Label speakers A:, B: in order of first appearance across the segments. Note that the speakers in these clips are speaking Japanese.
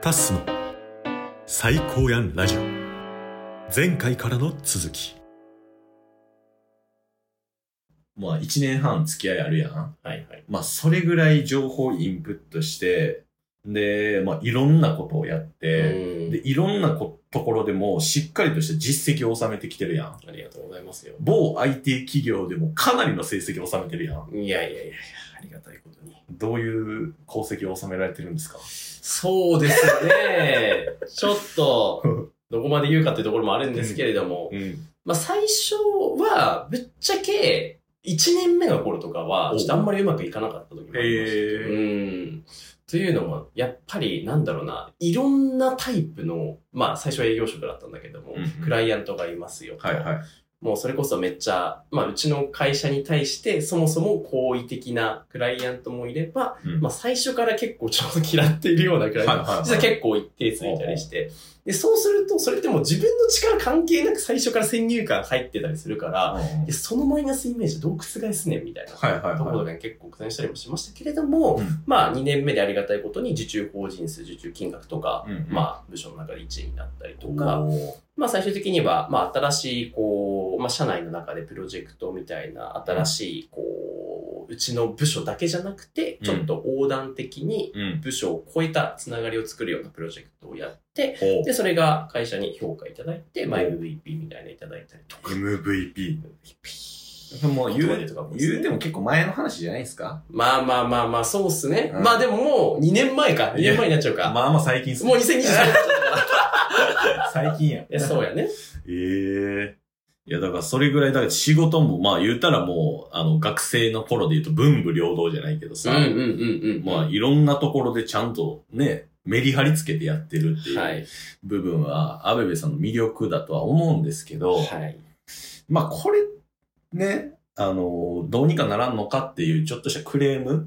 A: タスの最高やんラジオ前回からの続き
B: まあ1年半付き合いあるやん。
C: はいはい。
B: まあそれぐらい情報インプットして、で、まあいろんなことをやって、
C: うん
B: で、いろんなこところでもしっかりとした実績を収めてきてるやん。
C: ありがとうございますよ。
B: 某 IT 企業でもかなりの成績を収めてるやん。
C: いやいやいやいや、ありがたいことに。
B: どういう功績を収められてるんですか
C: そうですよね。ちょっ と、どこまで言うかっていうところもあるんですけれども、
B: うん。
C: まあ最初は、ぶっちゃけ、1年目の頃とかは
B: お、う
C: ちょっとあんまりうまくいかなかった時もありました。
B: へえ。
C: うん。というのも、やっぱり、なんだろうな、いろんなタイプの、まあ最初は営業職だったんだけども、
B: うんうん
C: クライアントがいますよと。
B: はいはい。
C: もうそれこそめっちゃ、まあうちの会社に対してそもそも好意的なクライアントもいれば、
B: うん
C: まあ最初から結構ちょっと嫌っているようなクライア
B: は
C: ント、
B: いはいはい
C: 実は結構一定ついたりして、で、そうするとそれってもう自分の力関係なく最初から先入観入ってたりするから、
B: うん
C: いやそのマイナスイメージどう覆すねんみたいな。
B: はいはい
C: ところ
B: は
C: とかに結構苦戦したりもしましたけれども、
B: うん
C: まあ2年目でありがたいことに受注法人数、受注金額とか、
B: い。うんあ、
C: まあ部署の中で1位になったりと
B: お
C: か、
B: ー
C: まあ最終的には、まあ新しい、こう、まあ社内の中でプロジェクトみたいな新しい、こう、うちの部署だけじゃなくて、
B: うん
C: ちょっと横断的に
B: うん。
C: 部署を超えたつながりを作るようなプロジェクトをやって、
B: おー
C: で、それが会社に評価いただいて、まあ MVP みたいなのいただいたりとか。
B: MVP。
C: MVP
B: もう言う、
C: とかもですね
B: 言うても結構前の話じゃないですか
C: まあまあまあまあ、そうっすね。
B: うん
C: まあでももう2年前か。2年前になっちゃうか。
B: まあまあ最近っすね
C: もう2023年になっちゃ うから。
B: 最近や。
C: えそうやね。
B: ええいや、だからそれぐらい、だから仕事も、まあ言うたらもう、あの、学生の頃で言うと文武両道じゃないけど
C: う
B: さ、
C: んうんうんうん。
B: まあいろんなところでちゃんとね、メリハリつけてやってるって
C: は
B: いう
C: い。
B: 部分は、安部部さんの魅力だとは思うんですけど、
C: はい。
B: まあこれ、ね、あの、どうにかならんのかっていうちょっとしたクレーム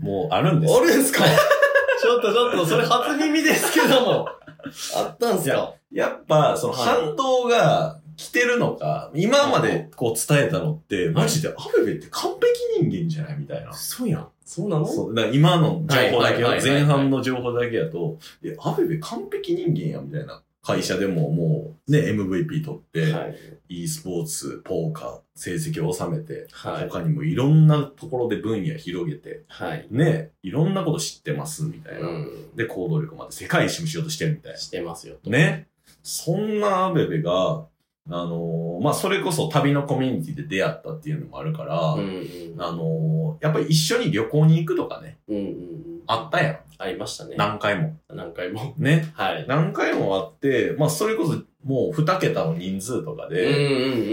B: もあるんですよ
C: あるんすか ちょっとちょっと、それ初耳ですけども。 あったんすか
B: やっぱ、その
C: はい
B: 反動が来てるのか、今までこう伝えたのって、マジでアベベって完璧人間じゃないみたいな。
C: そうやん。そうなの
B: そうだから今の情報だけ
C: はいはいはいは
B: はい前半の情報だけやと、いやアベベ完璧人間や、みたいな。会社でももう、ね、MVP 取って、
C: はい。
B: e スポーツ、ポーカー、成績を収めて、
C: はい。
B: 他にもいろんなところで分野広げて、
C: はい。
B: ね、いろんなこと知ってます、みたいな。
C: うん。
B: で、行動力まで世界一もしようとしてるみたいな。
C: してますよと。
B: ね。そんなアベベが、あのーまあ、それこそ旅のコミュニティで出会ったっていうのもあるから、
C: うんうん。
B: あのーやっぱり一緒に旅行に行くとかね、
C: うんうんうん。
B: あったやん。
C: ありましたね。
B: 何回も。
C: 何回も。
B: ね。
C: はい。
B: 何回もあって、まあ、それこそもう二桁の人数とか
C: うんう
B: で、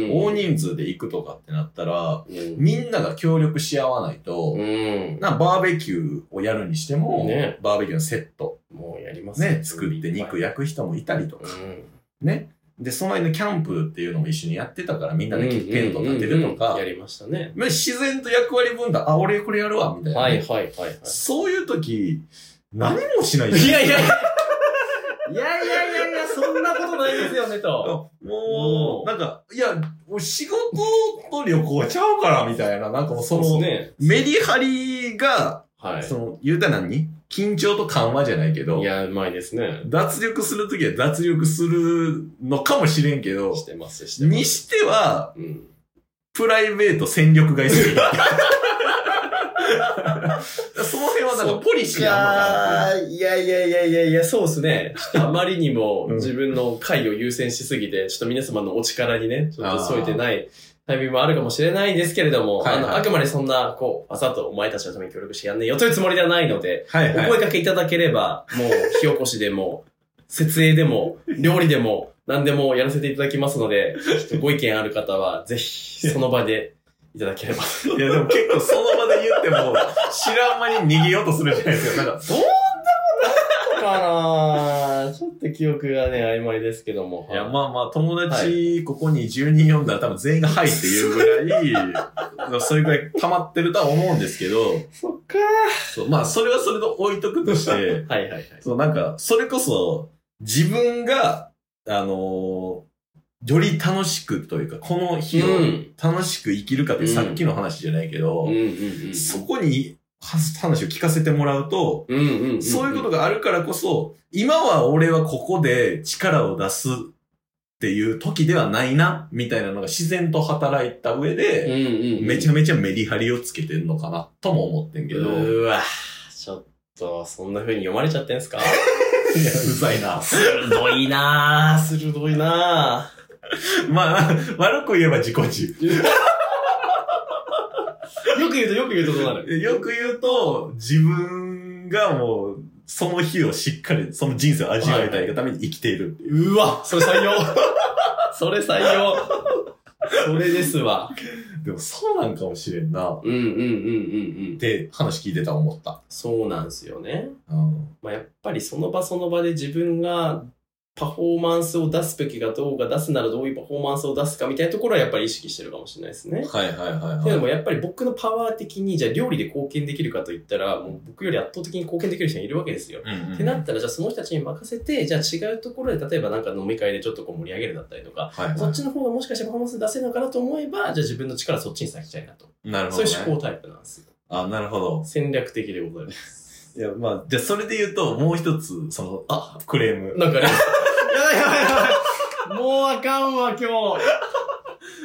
C: んうん。
B: 大人数で行くとかってなったら、
C: うん。
B: みんなが協力し合わないと、
C: うん。
B: なバーベキューをやるにしても、
C: ね
B: バーベキューのセット、
C: もうやります
B: ね、作って肉焼く人もいたりと
C: う
B: か、
C: ん。
B: ね。で、その間キャンプっていうのも一緒にやってたから、みんなで
C: うん
B: テント立てると
C: うんうん
B: か
C: や、りましたね。
B: まあ自然と役割分担、あ、俺これやるわ、みたいな。
C: はいはいはいはい。
B: そういう時、何もしない
C: いやい
B: や。
C: やいやいやいやいやいや、そんなことないですよね と。
B: も
C: うん
B: う、なんか、いや、もう仕事と旅行ちゃうから、みたいな、なんかもうそ
C: です
B: の、
C: ね。
B: メリハリが、
C: はい。
B: その、言うたら何緊張と緩和じゃないけど
C: い、や、うまいですね。
B: 脱力するときは脱力するのかもしれんけど
C: し、てます、してます。
B: にしては、
C: うん。
B: プライベート戦力外 する。その辺はなんかポリシーあんのかなっていう。
C: いやいやいやいやいや、そうですね。ちょっとあまりにも
B: うん
C: 自分の回を優先しすぎて、ちょっと皆様のお力にね、ちょっと
B: あー
C: 添えてないタイミングもあるかもしれないですけれども、
B: はいはい
C: あの、あくまでそんな、こう、わざとお前たちのために協力してやんねえよというつもりではないので、
B: はい
C: お声掛けいただければ、もう、火起こしで も、設営でも、料理でも、何でもやらせていただきますので、ちょっとご意見ある方は、ぜひ、その場でいただければ。
B: いやでも結構その場で言っても、知らん間に逃げようとするじゃないですか。なんか、
C: かなちょっと記憶がね、曖昧ですけども。
B: いやまあまあ友達ここに10人呼んだら多分全員がはいっていうぐらい、それぐらい溜まってるとは思うんですけど、
C: そっか
B: そうまあそれはそれで置いとくとして、
C: はいはいはい。
B: そう、なんか、それこそ、自分が、あのーより楽しくというか、この日を
C: うん
B: 楽しく生きるかという、
C: うん
B: さっきの話じゃないけど、
C: うんうんうん。
B: そこに話を聞かせてもらうと、
C: うんうんうんん。
B: そういうことがあるからこそ、今は俺はここで力を出すっていう時ではないな、みたいなのが自然と働いた上
C: うん
B: で、
C: うんうん。
B: めちゃめちゃメリハリをつけてんのかな、とも思ってんけど、いや
C: うわ、ちょっと、そんな風に読まれちゃってんすか
B: うざいな。
C: 鋭いなぁ、鋭いなぁ。
B: まあ、悪く言えば自己中。
C: よく言うと、よく言うとどうなる
B: よく言うと、自分がもう、その日をしっかり、その人生を味わいたいがために生きている。
C: うわ、それ採 用。それ採用。それですわ。
B: でも、そうなんかもしれんな。
C: うんうんうんうんう
B: っ
C: ん。
B: て話聞いてた思った。
C: そうなんすよね。
B: うん。
C: まあ、やっぱりその場その場で自分がパフォーマンスを出すべきがどうか出すならどういうパフォーマンスを出すかみたいなところはやっぱり意識してるかもしれないですね。
B: はいはいはい
C: で
B: はい。
C: もやっぱり僕のパワー的にじゃあ料理で貢献できるかといったらもう僕より圧倒的に貢献できる人がいるわけですよ。
B: うんうん
C: ってなったらじゃあその人たちに任せてじゃあ違うところで例えばなんか飲み会でちょっとこう盛り上げるだったりとか
B: はいはい
C: そっちの方がもしかしてパフォーマンス出せるのかなと思えば、じゃあ自分の力そっちに割きたいなと。
B: なるほ
C: そ
B: ど、
C: う
B: ね。
C: いう思考タイプなんですよ。
B: あ、なるほど。
C: 戦略的でございます。
B: いや、まあ、じゃあそれで言うと、もう一つ、その、あ、クレーム。
C: なんか ね。やばいやばいやばい。もうあかんわ、今日。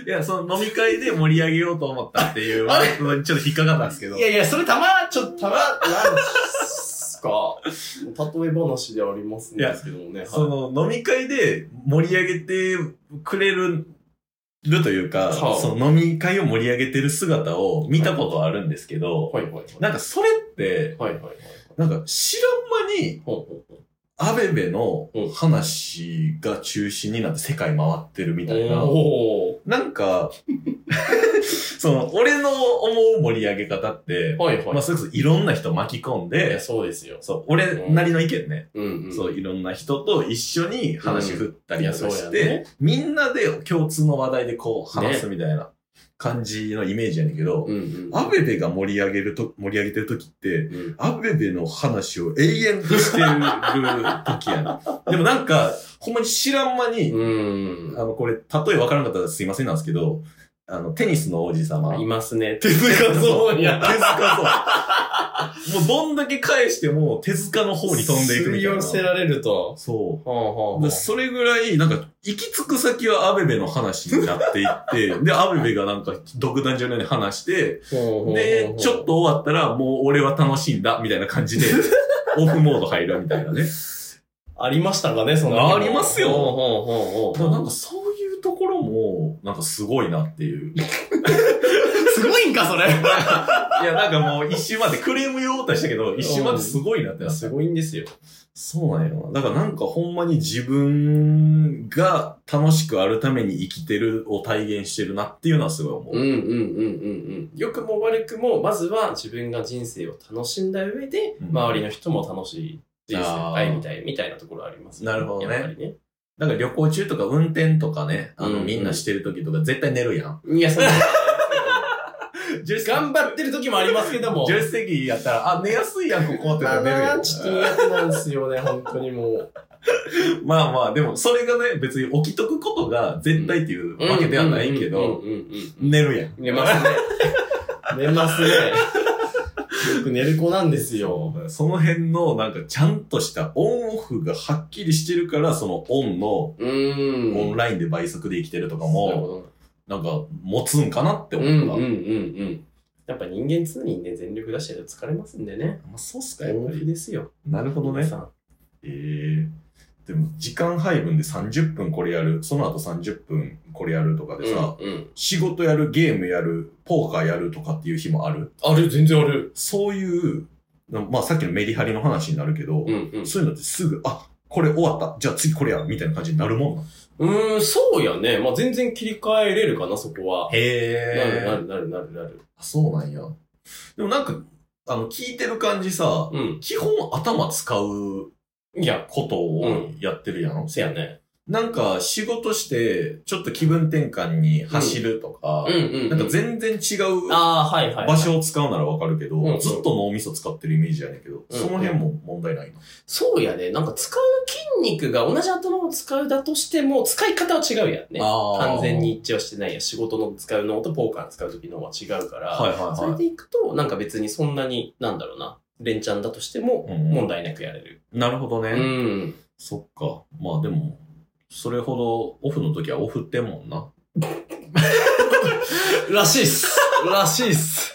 B: いや、その飲み会で盛り上げようと思ったって いう、ワードにちょっと引っかかったんですけど。
C: いやいや、それたま、ちょっとたま、なんですか。例え話でありますんですけどもね。
B: その飲み会で盛り上げてくれる、るというか、
C: はい
B: その飲み会を盛り上げてる姿を見たことあるんですけど、
C: はいはいはい。
B: なんかそれって、
C: はいはいはい。
B: なんか知らん間に、
C: ほうほうほう
B: アベベの話が中心になって世界回ってるみたいな。
C: お
B: なんか、 その、俺の思う盛り上げ方って
C: ー、はいはい。
B: まあ、それこそいろんな人巻き込ん
C: いや
B: で、
C: そうですよ。
B: そう、俺なりの意見ね。
C: うんうん。
B: そう、いろんな人と一緒に話振ったりとかし
C: うんいやそう
B: て
C: や、
B: みんなで共通の話題でこう話すみたいな感じのイメージやねんけど、
C: うんうん。
B: アベベが盛り上げると、盛り上げてる時って、
C: うん
B: アベベの話を永遠としてる時やな。でもなんか、ほんまに知らん間に、
C: うん
B: あ。の、これ、例えわからなかったらすいませんなんですけど、あの、テニスの王子様。
C: いますね。
B: 手塚ゾーン
C: や
B: 手塚ゾ ーン。もうどんだけ返しても手塚の方に飛んでいくみたいな。
C: 吸い寄せられると。
B: そう。
C: はあはあは
B: で
C: あ
B: それぐらい、なんか、行き着く先はアベベの話になってい って、で、アベベがなんか、独断上のように話して、で
C: で、
B: ちょっと終わったら、もう俺は楽しんだ、みたいな感 じで、オフモード入るみたいなね。
C: ありましたかね、その。
B: ありますよ
C: ほうほうほう
B: だからな
C: ほ
B: ん
C: う
B: か、そういうところも、なんかすごいなっていう。
C: すごいんか、それ。
B: いや、なんかもう一瞬までクレーム用としたけど、一瞬まですごいなってなった
C: すごいんですよ。
B: そうなんよな。だからなんかほんまに自分が楽しくあるために生きてるを体現してるなっていうのはすごい思う。
C: うんうんうんうんうん。良くも悪くも、まずは自分が人生を楽しんだ上で、
B: うん
C: 周りの人も楽しい人生
B: あー
C: を愛みたいみたいなところありますよ
B: なるほどね
C: やっぱりね。
B: なんか旅行中とか運転とかね、あ
C: うん
B: の
C: うん
B: みんなしてる時とか絶対寝るやん。
C: いや、そんな。
B: 助手
C: 頑張ってる時もありますけども。
B: 助手席やったら、あ、寝やすいやん、ここってな
C: まあ
B: る寝るや。
C: なんちょっと苦手なんですよね、本当にもう。
B: まあまあ、でもそれがね、別に起きとくことが絶対っていうわけではないけど、
C: うんうんうんうんうん。
B: 寝るやん。
C: 寝ますね。 寝ますね。よく寝る子なんですよ。
B: その辺のなんかちゃんとしたオンオフがはっきりしてるから、そのオンの
C: うーん。
B: オンラインで倍速で生きてるとか
C: なるほ
B: も、
C: ど
B: なんか持つんかなって
C: うん
B: 思
C: うんうん
B: った。
C: うん。やっぱ人間常にね、全力出してると疲れますんでね。
B: まあそうっすか、やっ
C: オ
B: ぱ
C: ンフ
B: り。
C: ですよ。
B: なるほどね。
C: 皆さん
B: ええでも時間配分で30分これやる、その後30分これやるとかでさ、
C: うんうん。
B: 仕事やる、ゲームやる、ポーカーやるとかっていう日もある。
C: ある、全然ある。
B: そういう、なまあさっきのメリハリの話になるけど、
C: うんうん。
B: そういうのってすぐ、あ、これ終わった、じゃあ次これや、みたいな感じになるもんな。
C: うーん、そうやね。まあ全然切り替えれるかな、そこは。な
B: へ
C: るなるなるなるなる。
B: あそうなんや。でもなんか、あの、聞いてる感じさ、
C: うん。
B: 基本頭使う
C: いや、
B: ことをやってるやん。
C: せやね。
B: なんか仕事して、ちょっと気分転換に走るとか、
C: うんうんうん
B: なんか全然違う
C: ああ、はいはいはい。
B: 場所を使うならわかるけど、
C: うんうん
B: ずっと脳みそ使ってるイメージやねんけど、
C: うん
B: その辺も問題ないの。
C: そうやね。なんか使う筋肉が同じ頭を使うだとしても、使い方は違うやんね。
B: あー
C: 完全に一致はしてないやん。仕事の使う脳とポーカーの使う時のは違うから、
B: はいはい
C: それ
B: は
C: でいくと、なんか別にそんなに、なんだろうな、連チャンだとしても
B: うんうん
C: 問題なくやれる。
B: い。なるほどね。
C: うん。
B: そっか。まあでも、それほどオフの時はオフってんもんな。
C: らしいっす。らしいっす。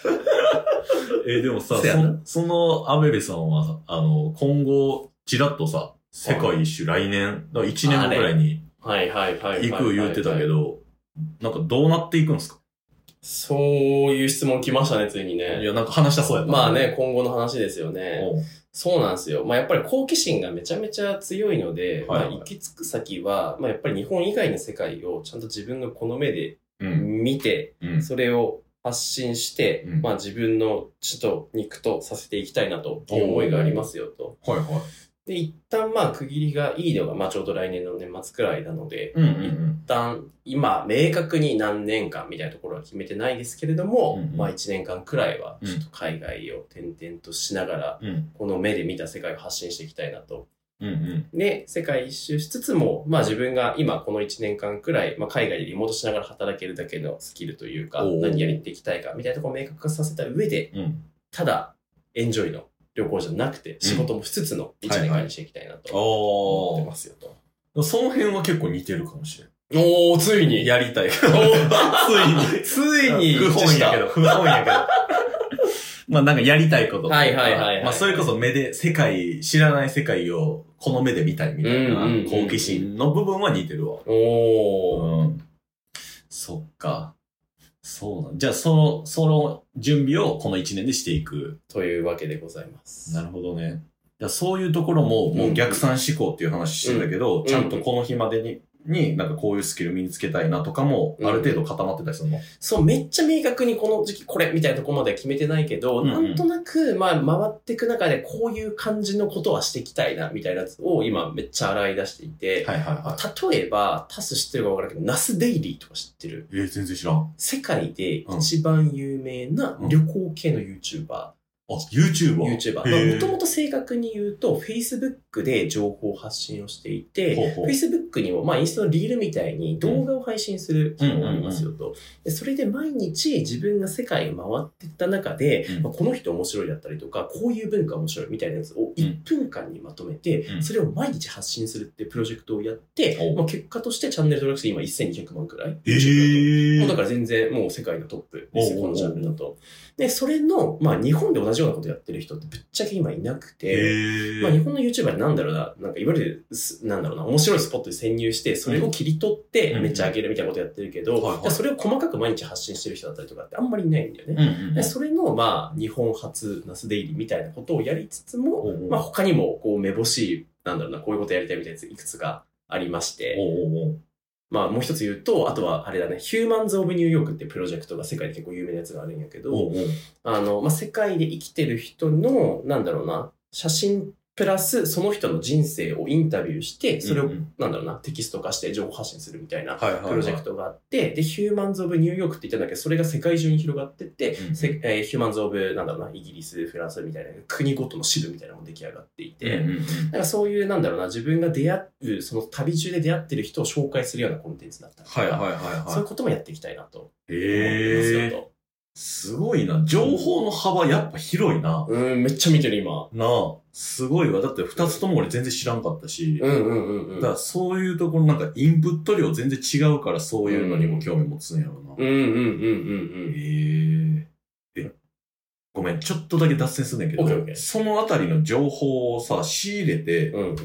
B: えーでもさ、
C: せやな
B: そそのアベベさんはさ、あの、今後、ちらっとさ、世界一周来年、だから1年後ぐらいに
C: はいはいはいはいはい。
B: 行く言ってたけ。ど、なんかどうなっていくんですか
C: そういう質問来ましたね、ついに
B: い
C: ね。
B: や、なんか話したそうやった。
C: まあね、今後の話ですよね。
B: おう。
C: そうなんですよ。まあ、やっぱり好奇心がめちゃめちゃ強いので、
B: はいはい
C: まあ、行き着く先は、まあ、やっぱり日本以外の世界をちゃんと自分のこの目で
B: うん。
C: 見て、
B: うん。
C: それを発信して、
B: うん
C: まあ、自分の血と肉とさせていきたいなという思いがありますよと。
B: はいはい。
C: で、一旦まあ、区切りがいいのが、まあ、ちょうど来年の年末くらいなので、
B: うんうん
C: 一旦今、明確に何年間みたいなところは決めてないですけれども、
B: うんうん
C: まあ、1年間くらいは、
B: うん
C: ちょっと海外を転々としながら、
B: うん。うん
C: この目で見た世界を発信していきたいなと。
B: うんうん。
C: で、世界一周しつつも、まあ自分が今この1年間くらい、まあ海外でリモートしながら働けるだけのスキルというか、
B: おー
C: 何やりっていきたいかみたいなところを明確化させた上で、
B: うん。
C: ただエンジョイの旅行じゃなくて、仕事もしつつの1年間にしていきたいなと思って
B: あ
C: ますよと。
B: あ。その辺は結構似てるかもしれん。
C: おー、ついに
B: やりたい。
C: お
B: ついに。
C: ついに
B: 不本意やけ
C: ど。
B: ど、不本意やけ ど。まあなんかやりたいこととか。
C: はいはいはいはい
B: まあそれこそ目で、世界、知らない世界をこの目で見たいみたいな
C: うんうんうん
B: 好奇心の部分は似てるわ。
C: おー。
B: うん。そっか。そうなんじゃあその、その準備をこの1年でしていく。
C: というわけでございます。
B: なるほどね。じゃあそういうところも、もう逆算思考っていう話してたけど、
C: ん
B: ちゃんとこの日までに、に、なんかこういうスキル身につけたいなとかも、ある程度固まってたりするの。
C: そう、めっちゃ明確にこの時期これみたいなところまでは決めてないけど、
B: うんうん
C: なんとなく、まあ、回っていく中でこういう感じのことはしていきたいな、みたいなやつを今めっちゃ洗い出していて、
B: はいはいは
C: 例えば、タス知ってるかわからないけど、ナスデイリーとか知ってる。
B: い。えー、全然知らん。
C: 世界で一番有名な旅行系の YouTuber、
B: あ、YouTuber。
C: YouTuber。
B: へー
C: もともと正確に言うと、Facebook で情報発信をしていて、
B: ほうほう
C: Facebook にも、まあ、インスタのリールみたいに動画を配信する機能がありますよと。でそれで毎日自分が世界を回っていった中で、
B: うん
C: まあこの人面白いだったりとか、こういう文化面白いみたいなやつを
B: うん
C: 1分間にまとめて、
B: うん
C: それを毎日発信するっていうプロジェクトをやって、
B: お
C: まあ、結果としてチャンネル登録数今1200万くらい。
B: えー
C: もうだから全然もう世界のトップですよ、
B: おうおうおう
C: このジャンルだと。で、それの、まあ日本で同じようなことやってる人ってぶっちゃけ今いなくて、
B: え
C: まあ日本の YouTuber でなんだろうな、なんかいわゆるす、なんだろうな、面白いスポットに潜入して、それを切り取って
B: うん
C: めっちゃ上げるみたいなことやってるけど、
B: うんはいはい
C: じゃあそれを細かく毎日発信してる人だったりとかってあんまりいないんだよね。
B: うんうんうん
C: でそれの、まあ、日本初ナスデイリーみたいなことをやりつつ
B: お
C: も、
B: うおう
C: まあ、他にも、こう、めぼしい、なんだろうな、こういうことやりたいみたいなやついくつかありまして、
B: おうおうおう
C: まあもう一つ言うと、あとはあれだね、ヒューマンズ・オブ・ニューヨークってプロジェクトが世界で結構有名なやつがあるんやけど、
B: おうおう
C: あの、まあ世界で生きてる人の、なんだろうな、写真プラスその人の人生をインタビューして、それ
B: う
C: を、
B: んうん
C: なんだろうな、テキスト化して情報発信するみたいな
B: はいはいはい
C: プロジェクトがあって、で、ヒューマンズ・オブ・ニューヨークって言ったんだけど、それが世界中に広がってって、
B: うん
C: せえーヒューマンズ・オブ、なんだろうな、イギリス、フランスみたいな国ごとの支部みたいなのも出来上がっていて、
B: うんうんうん
C: なんかそういう、なんだろうな、自分が出会う、その旅中で出会ってる人を紹介するようなコンテンツだったりとか、
B: はいはいはい
C: そういう
B: は
C: こともやっていきたいなと思っ
B: い。
C: てますよ
B: へえ。
C: と。
B: すごいな。情報の幅やっぱ広いな。
C: うん、めっちゃ見てる今。
B: なあ。すごいわ。だって二つとも俺全然知らんかったし。
C: うんうんうんうん。
B: だからそういうところなんかインプット量全然違うからそういうのにも興味持つんやろう
C: う
B: な。
C: んうんうんうん
B: へえ。え、ごめん。ちょっとだけ脱線すんねんけ
C: オッケーオッケ
B: ど、
C: ー
B: そのあたりの情報をさ、仕入れて、
C: うん。うん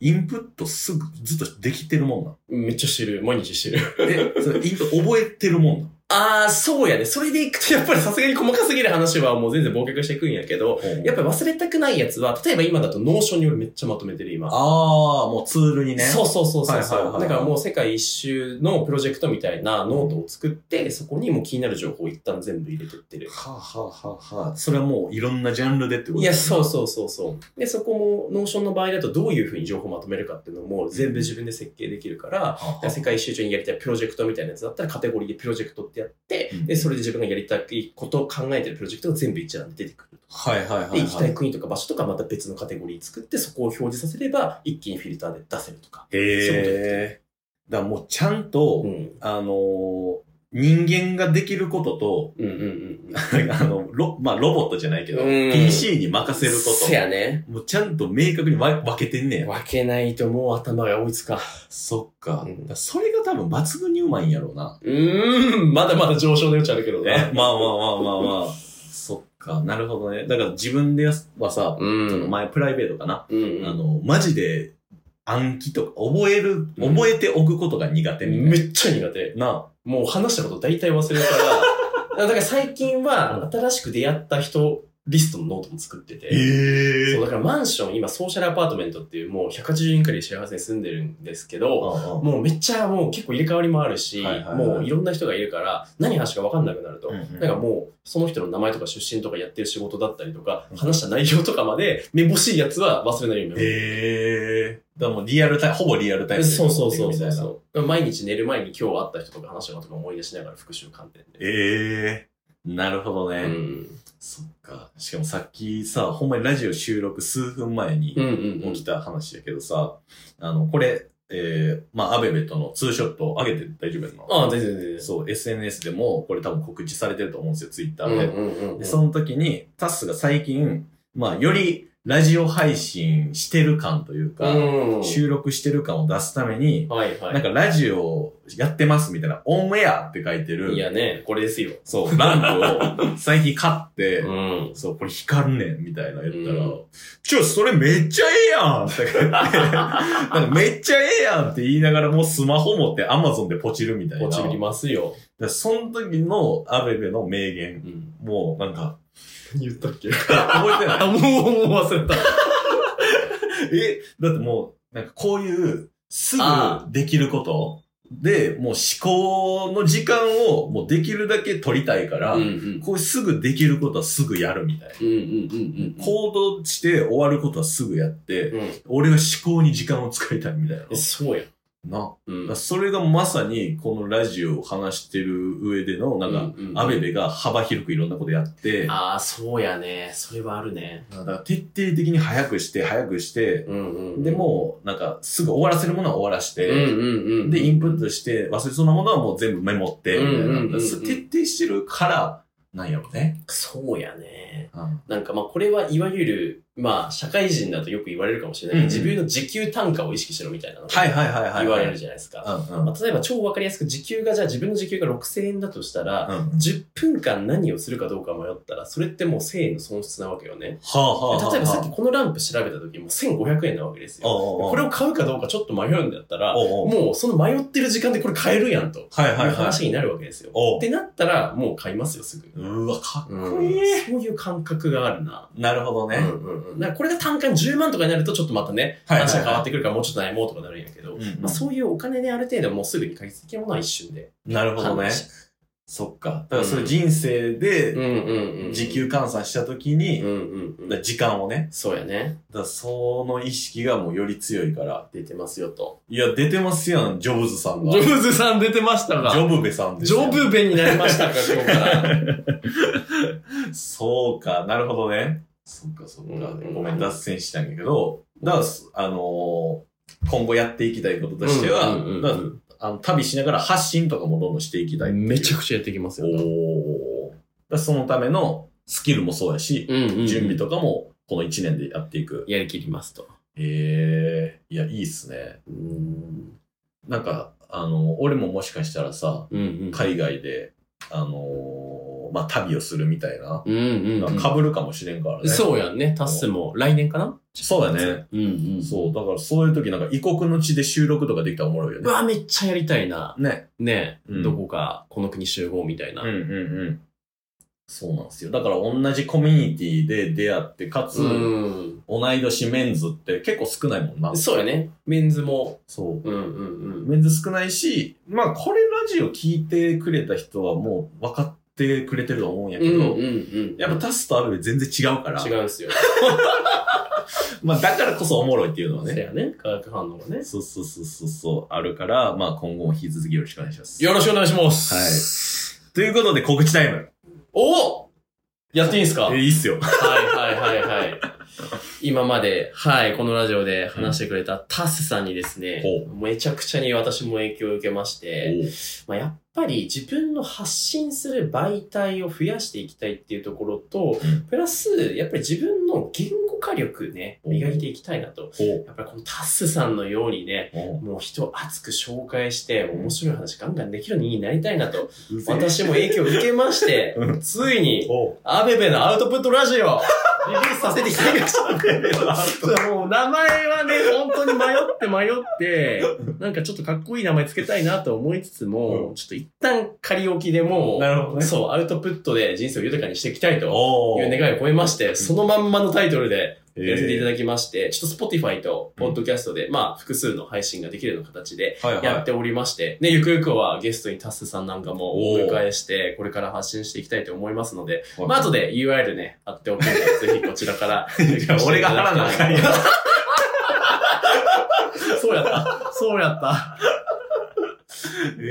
B: インプットすぐ、ずっとできてるもん
C: うん。めっちゃ知る。毎日知る。
B: なん。え、それインプ覚えてるもんなん。
C: ああ、そうやね。それでいくと、やっぱりさすがに細かすぎる話はもう全然忘却していくんやけど、やっぱり忘れたくないやつは、例えば今だとノーションに俺めっちゃまとめてる今。
B: ああ、もうツールにね。
C: そうそうそうそうそう、
B: はいはいはいはい
C: だからもう世界一周のプロジェクトみたいなノートを作って、そこにもう気になる情報を一旦全部入れてってる。
B: はあ、はあはあはあ、それはもういろんなジャンルでってこと
C: いや、そうそうそうそう。で、そこも、ノーションの場合だとどういうふうに情報をまとめるかっていうのも全部自分で設計できるから、
B: はあは
C: 世界一周中にやりたいプロジェクトみたいなやつだったらカテゴリーでプロジェクトってやって、
B: うん
C: で、それで自分がやりたいことを考えてるプロジェクトが全部一覧で出てくる。
B: あはいはいはい、は
C: で、行きたい国とか場所とかまた別のカテゴリー作って、そこを表示させれば一気にフィルターで出せるとか。
B: へえ。だからもうちゃんと、
C: うん。
B: あのー人間ができることと、
C: うんうんうん。
B: あの、ロ、まあ、ロボットじゃないけど、
C: うん
B: PC に任せるこ
C: せやね。
B: と。もうちゃんと明確に分分けてんねや。
C: 分けないともう頭が追いつかん。
B: そっか。
C: うん
B: だからそれが多分抜群にうまいんやろうな。
C: うーん、まだまだ上昇の余地あるけど
B: え
C: ね。
B: まあまあまあまあまあ。そっか。なるほどね。だから自分ではさ、
C: うん。
B: その前プライベートかな。
C: うんうん
B: あの、マジで暗記とか覚える、覚えておくことが苦手みたいな。
C: めっちゃ苦手。
B: な
C: もう話したこと大体忘れ るから。だから最近は新しく出会った人リストのノートも作ってて。
B: え
C: そうだからマンション、今ソーシャルアパートメントっていうもう180人くらいシェアハウスに住んでるんですけど、もうめっちゃもう結構入れ替わりもあるし、
B: はいはいはい
C: もういろんな人がいるから何話か分かんなくなると。
B: うん
C: なんかもう、その人の名前とか出身とかやってる仕事だったりとか
B: う、ん
C: 話した内容とかまで、めぼしいやつは忘れないようにメ
B: へえー。だからもうリアルタイム、ほぼリアルタイ
C: モ。
B: ム。
C: そうそうそうそう
B: う。
C: そう。毎日寝る前に今日会った人とか話したことか思い出しながら復習観点で。
B: ええー。なるほどね、
C: うん。
B: そっか。しかもさっきさ、ほんまにラジオ収録数分前
C: うん
B: に
C: うんう
B: 起
C: ん
B: き。た話やけどさ、あの、これ、えー、まあ、アベベとのツーショットを上げて大丈夫やんの
C: ああ、全然全然。
B: そう、SNS でも、これ多分告知されてると思うんですよ、ツイッタ
C: うん
B: ーで。
C: うんうんう
B: で、
C: ん。
B: その時に、タッスが最近、まあ、よりラジオ配信してる感というか、
C: うん。
B: 収録してる感を出すために、
C: はいは
B: なんかラジオやってますみたいな、オンエアって書いて
C: い。い
B: る、
C: やね、これですよ。
B: そう、ランプを最近買って、
C: ん。
B: そう、これ光るねん、みたいな言ったら、
C: うん
B: ちょ、それめっちゃええやんって言って、 なんかめっちゃええやんって言いながらもうスマホ持って Amazon でポチるみたいな。
C: 落ちりますよ。
B: だからその時のアベベの名言、
C: うん。
B: もうなんか、
C: 言ったっけ
B: 覚えてない
C: あ、もう、もう忘れた。
B: え、だってもう、なんかこういう、すぐ
C: あ
B: できることで、もう思考の時間をもうできるだけ取りたいから、
C: うんうん。
B: こうすぐできることはすぐやるみたいな。
C: うんうんうんうん。
B: 行動して終わることはすぐやって、
C: うん。
B: 俺は思考に時間を使いたいみたいな。
C: えそうや。
B: な。だか
C: うん
B: らそれがまさにこのラジオを話してる上での、なんか、
C: うんうん
B: アベベが幅広くいろんなことやって、
C: ああ、そうやね。それはあるね。
B: だから徹底的に早くして、早くして、
C: うんう
B: で、もう、なんか、すぐ終わらせるものは終わらし
C: うん
B: て、
C: うんうん。
B: で、インプットして、忘れそうなものはもう全部メモって、みたいな。
C: うんうんうんうん
B: それ徹底してるから、なんやろね。
C: そうやね。
B: うん
C: なんかまあこれはいわゆる、まあ社会人だとよく言われるかもしれないけど、
B: うんうん
C: 自分の時給単価を意識しろみたいなの
B: はいはいはいはい。
C: 言われるじゃないですか。
B: うんうん。
C: まあ、例えば超わかりやすく時給がじゃあ自分の時給が6000円だとしたら、
B: うん
C: 10分間何をするかどうか迷ったら、それってもう1000円の損失なわけよね。
B: はあ
C: で
B: はあはあ。
C: 例えばさっきこのランプ調べた時もう1500円なわけですよ。こ
B: こ
C: れを買うかどうかちょっと迷うんだったら、
B: おうおう
C: もうその迷ってる時間でこれ買えるやんと。
B: はい
C: い
B: はいうはい。
C: 話になるわけですよ。
B: おう
C: ってなったら、もう買いますよ、すぐ。
B: うわ、かっ
C: うん
B: こいい。
C: そういう感覚があるな。
B: なるほどね。
C: うんうんうん、だからこれが単価10万とかになると、ちょっとまたね、
B: はいはいはい
C: 話が変わってくるから、もうちょっと悩もうとかなるんやけど、
B: うんうん
C: まあ、そういうお金である程度もうすぐに解決できるものは一瞬で。
B: なるほどね
C: 判断。し
B: そっか。だからそれ人生で、
C: うんうんうん。
B: 時給換算したとき
C: うん
B: に、
C: うんう
B: だ
C: ん。
B: 時間をね。
C: そうやね。
B: だからその意識がもうより強いから。
C: 出てますよと。
B: いや、出てますやん、ジョブズさんが。
C: ジョブズさん出てました
B: ジ
C: が。
B: ョブベさんです
C: ジ
B: よ
C: ョブベになりましたか、今日 から。
B: そうか、なるほどね。そっか、そっか。
C: うん
B: ごめん、脱線したんやけど、だから、あのー今後やっていきたいこととしては、
C: うんうんうん
B: だからあの旅しながら発信とかもどんどんしていきたいっていう。
C: めちゃ
B: く
C: くちゃやってきます
B: お
C: よ。
B: ーだからそのためのスキルもそうやし、
C: うんうんうん
B: 準備とかもこの1年でやっていく。
C: やりきりますと。
B: へえー、いや、いいっすね。
C: うん。
B: なんか、あの、俺ももしかしたらさ、
C: うんうん。
B: 海外で、あのーの、まあ、旅をするみたいな。
C: うんうん、うん。
B: かぶるかもしれんからね。
C: そうやんね。タッスも来年かな
B: そうだね。
C: うんうん。
B: そう、だからそういう時なんか異国の地で収録とかできたらおもろいよ
C: う
B: ね。
C: わ、めっちゃやりたいな。
B: ね。
C: ねえ、
B: うん
C: どこか、この国集合みたいな。
B: うんうんうん。そうなんですよ。だから同じコミュニティで出会って、かつ、
C: うん。
B: 同い年メンズって結構少ないもんな。
C: そうやね。メンズも。
B: そう。
C: うんうん
B: メンズ少ないし、まあこれラジオ聞いてくれた人はもう分かってくれてると思うんや
C: うん。
B: け
C: うんうん
B: ど、
C: うん。
B: やっぱタスとアルベ全然違うから、
C: 違うんすよ。
B: まあだからこそおもろいっていうのは
C: そう
B: ね。
C: やね。化学反応がね。
B: そうそうそうそうそう、あるから、まあ今後も引き続きよろしくお願いします。
C: よろしくお願いしま
B: はい
C: す。
B: ということで告知タイム。
C: おおやっていいんすか
B: え、いいっすよ。
C: はいはいはいはい。今まで、はい、このラジオで話してくれたタスさんにですね、めちゃくちゃに私も影響を受けまして、まあ、やっぱり自分の発信する媒体を増やしていきたいっていうところと
B: うん、
C: プラス、やっぱり自分の言語化力ね、
B: お
C: 磨いていきたいなと。
B: ほう
C: やっぱりこのタスさんのようにね、
B: ほう。
C: もう人を熱く紹介して、面白い話ガンガンできるようになりたいなと、
B: うぜ
C: 私も影響を受けまして
B: う、
C: ついに、
B: おう。
C: アベベのアウトプットラジオ、リリースさせていただきました。もう名前はね、本当に迷って迷って、なんかちょっとかっこいい名前つけたいなと思いつつも、
B: う
C: ちょっと一旦仮置きでも
B: なるほど
C: う、
B: ね。
C: そう、アウトプットで人生を豊かにしていきたいと
B: お
C: いう願いを超えまして、そのまんまのタイトルで
B: え
C: やらせていただきまして、ちょっと Spotify と Podcast で、まあ複数の配信ができるような形で、
B: はいはい。
C: やっておりまして、ね、ゆくゆくはゲストにタッスさんなんかもお迎えして、これから発信していきたいと思いますので、
B: はい
C: まあ後で URL ね、貼っておく ので、ぜひこちらから。
B: じゃあ俺が払わなあかんやん
C: そうやった。そうやった。
B: えー、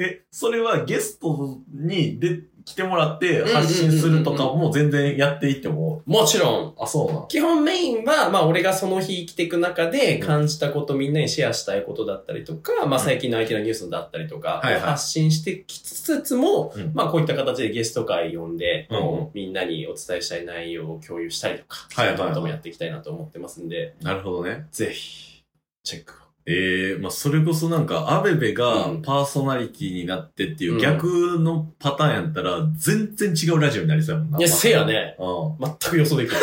B: え、それはゲストにで来てもらって
C: んうん
B: 発信するとかも全然やっていいって思
C: もちろん。
B: う。あ、そうなん。
C: 基本メインは、まあ俺がその日生きていく中で感じたこと、みんなにシェアしたいことだったりとか、まあ最近の相手のニュースだったりとか、
B: はいはい
C: 発信してきつつも、
B: うん
C: まあこういった形でゲスト会呼んで、
B: うん
C: もうみんなにお伝えしたい内容を共有したりとか、
B: はいはいはい
C: そういったこともやっていきたいなと思ってますんで、
B: なるほどね。
C: ぜひ、チェックを。
B: ええまあ、それこそなんか、アベベが
C: うん
B: パーソナリティになってっていううん逆のパターンやったら、全然違うラジオになりそうやもんな。
C: いや、
B: まあ
C: せや。ね。
B: うん。
C: 全く予想できない。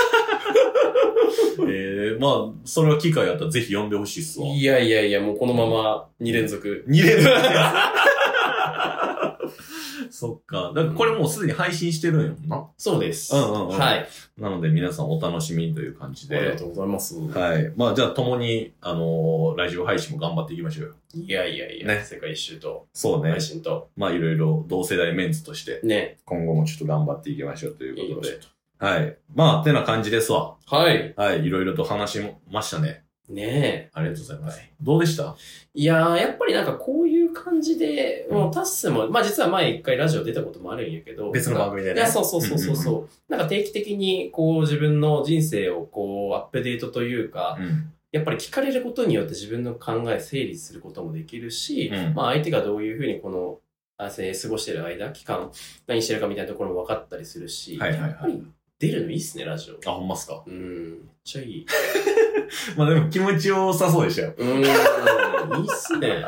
B: ええまあ、それは機会あったらぜひ呼んでほしいっすわ。
C: いやいやいや、もうこのまま2連続。
B: 二連続 そっか。だからこれもうすでに配信してるんやもんな。
C: そうです。
B: うんうんうん
C: はい。
B: なので皆さんお楽しみという感じ
C: ありが
B: で。
C: とうございます。
B: はい。まあじゃあ共に、あのーラジオ配信も頑張っていきましょうよ。
C: いやいやいや、
B: ね
C: 世界一周と
B: そうね
C: 配。信と、
B: まあいろいろ同世代メンツとして、
C: ね、
B: 今後もちょっと頑張っていきましょうということ
C: い
B: で。はい。まあ、てな感じですわ。
C: はい。
B: はい。いろいろと話しましたね。
C: ねえ。
B: ありがとうございます。どうでした
C: いやー、やっぱりなんかこういう感じで、もうタッスも、まあ実は前一回ラジオ出たこともあるんやけど、組
B: 組
C: で
B: で
C: いや、そうそうそうそうそう。なんか定期的にこう自分の人生をこうアップデートというか、
B: うん。
C: やっぱり聞かれることによって自分の考え整理することもできるし、
B: うん
C: まあ相手がどういうふうにこの、あせ過ごしてる間、期間、何してるかみたいなところも分かったりするし、
B: はいはいはい
C: やっぱり出るのいいっすね、ラジオ。
B: あ、ほんまっすか。
C: うん、めっちゃいい。
B: まあでも気持ちよさそうでしたよ。
C: うーん、いいっすね。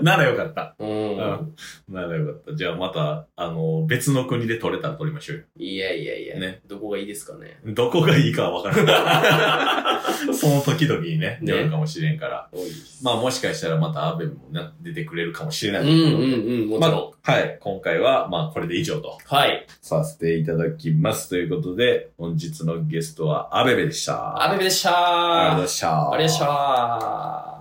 B: ならよかった。
C: うん。
B: うんならよかった。じゃあまた、あのー別の国で撮れたら撮りましょうよ。
C: いやいやいや、
B: ね
C: どこがいいですか ね。
B: どこがいいかは分 からない。その時々にね、
C: ね
B: 出るかもしれんから。
C: 多い
B: まあもしかしたらまたアベもね、出てくれるかもしれな
C: う
B: い。
C: んうんうん、もち
B: ま
C: ろん。
B: あ、はい。今回は、まあこれで以上と
C: はい。
B: させていただきます。ということで、本日のゲストはアベベでした。
C: アベベでした
B: ありがとうござい
C: ー。
B: ました。
C: ありがとうございましたー。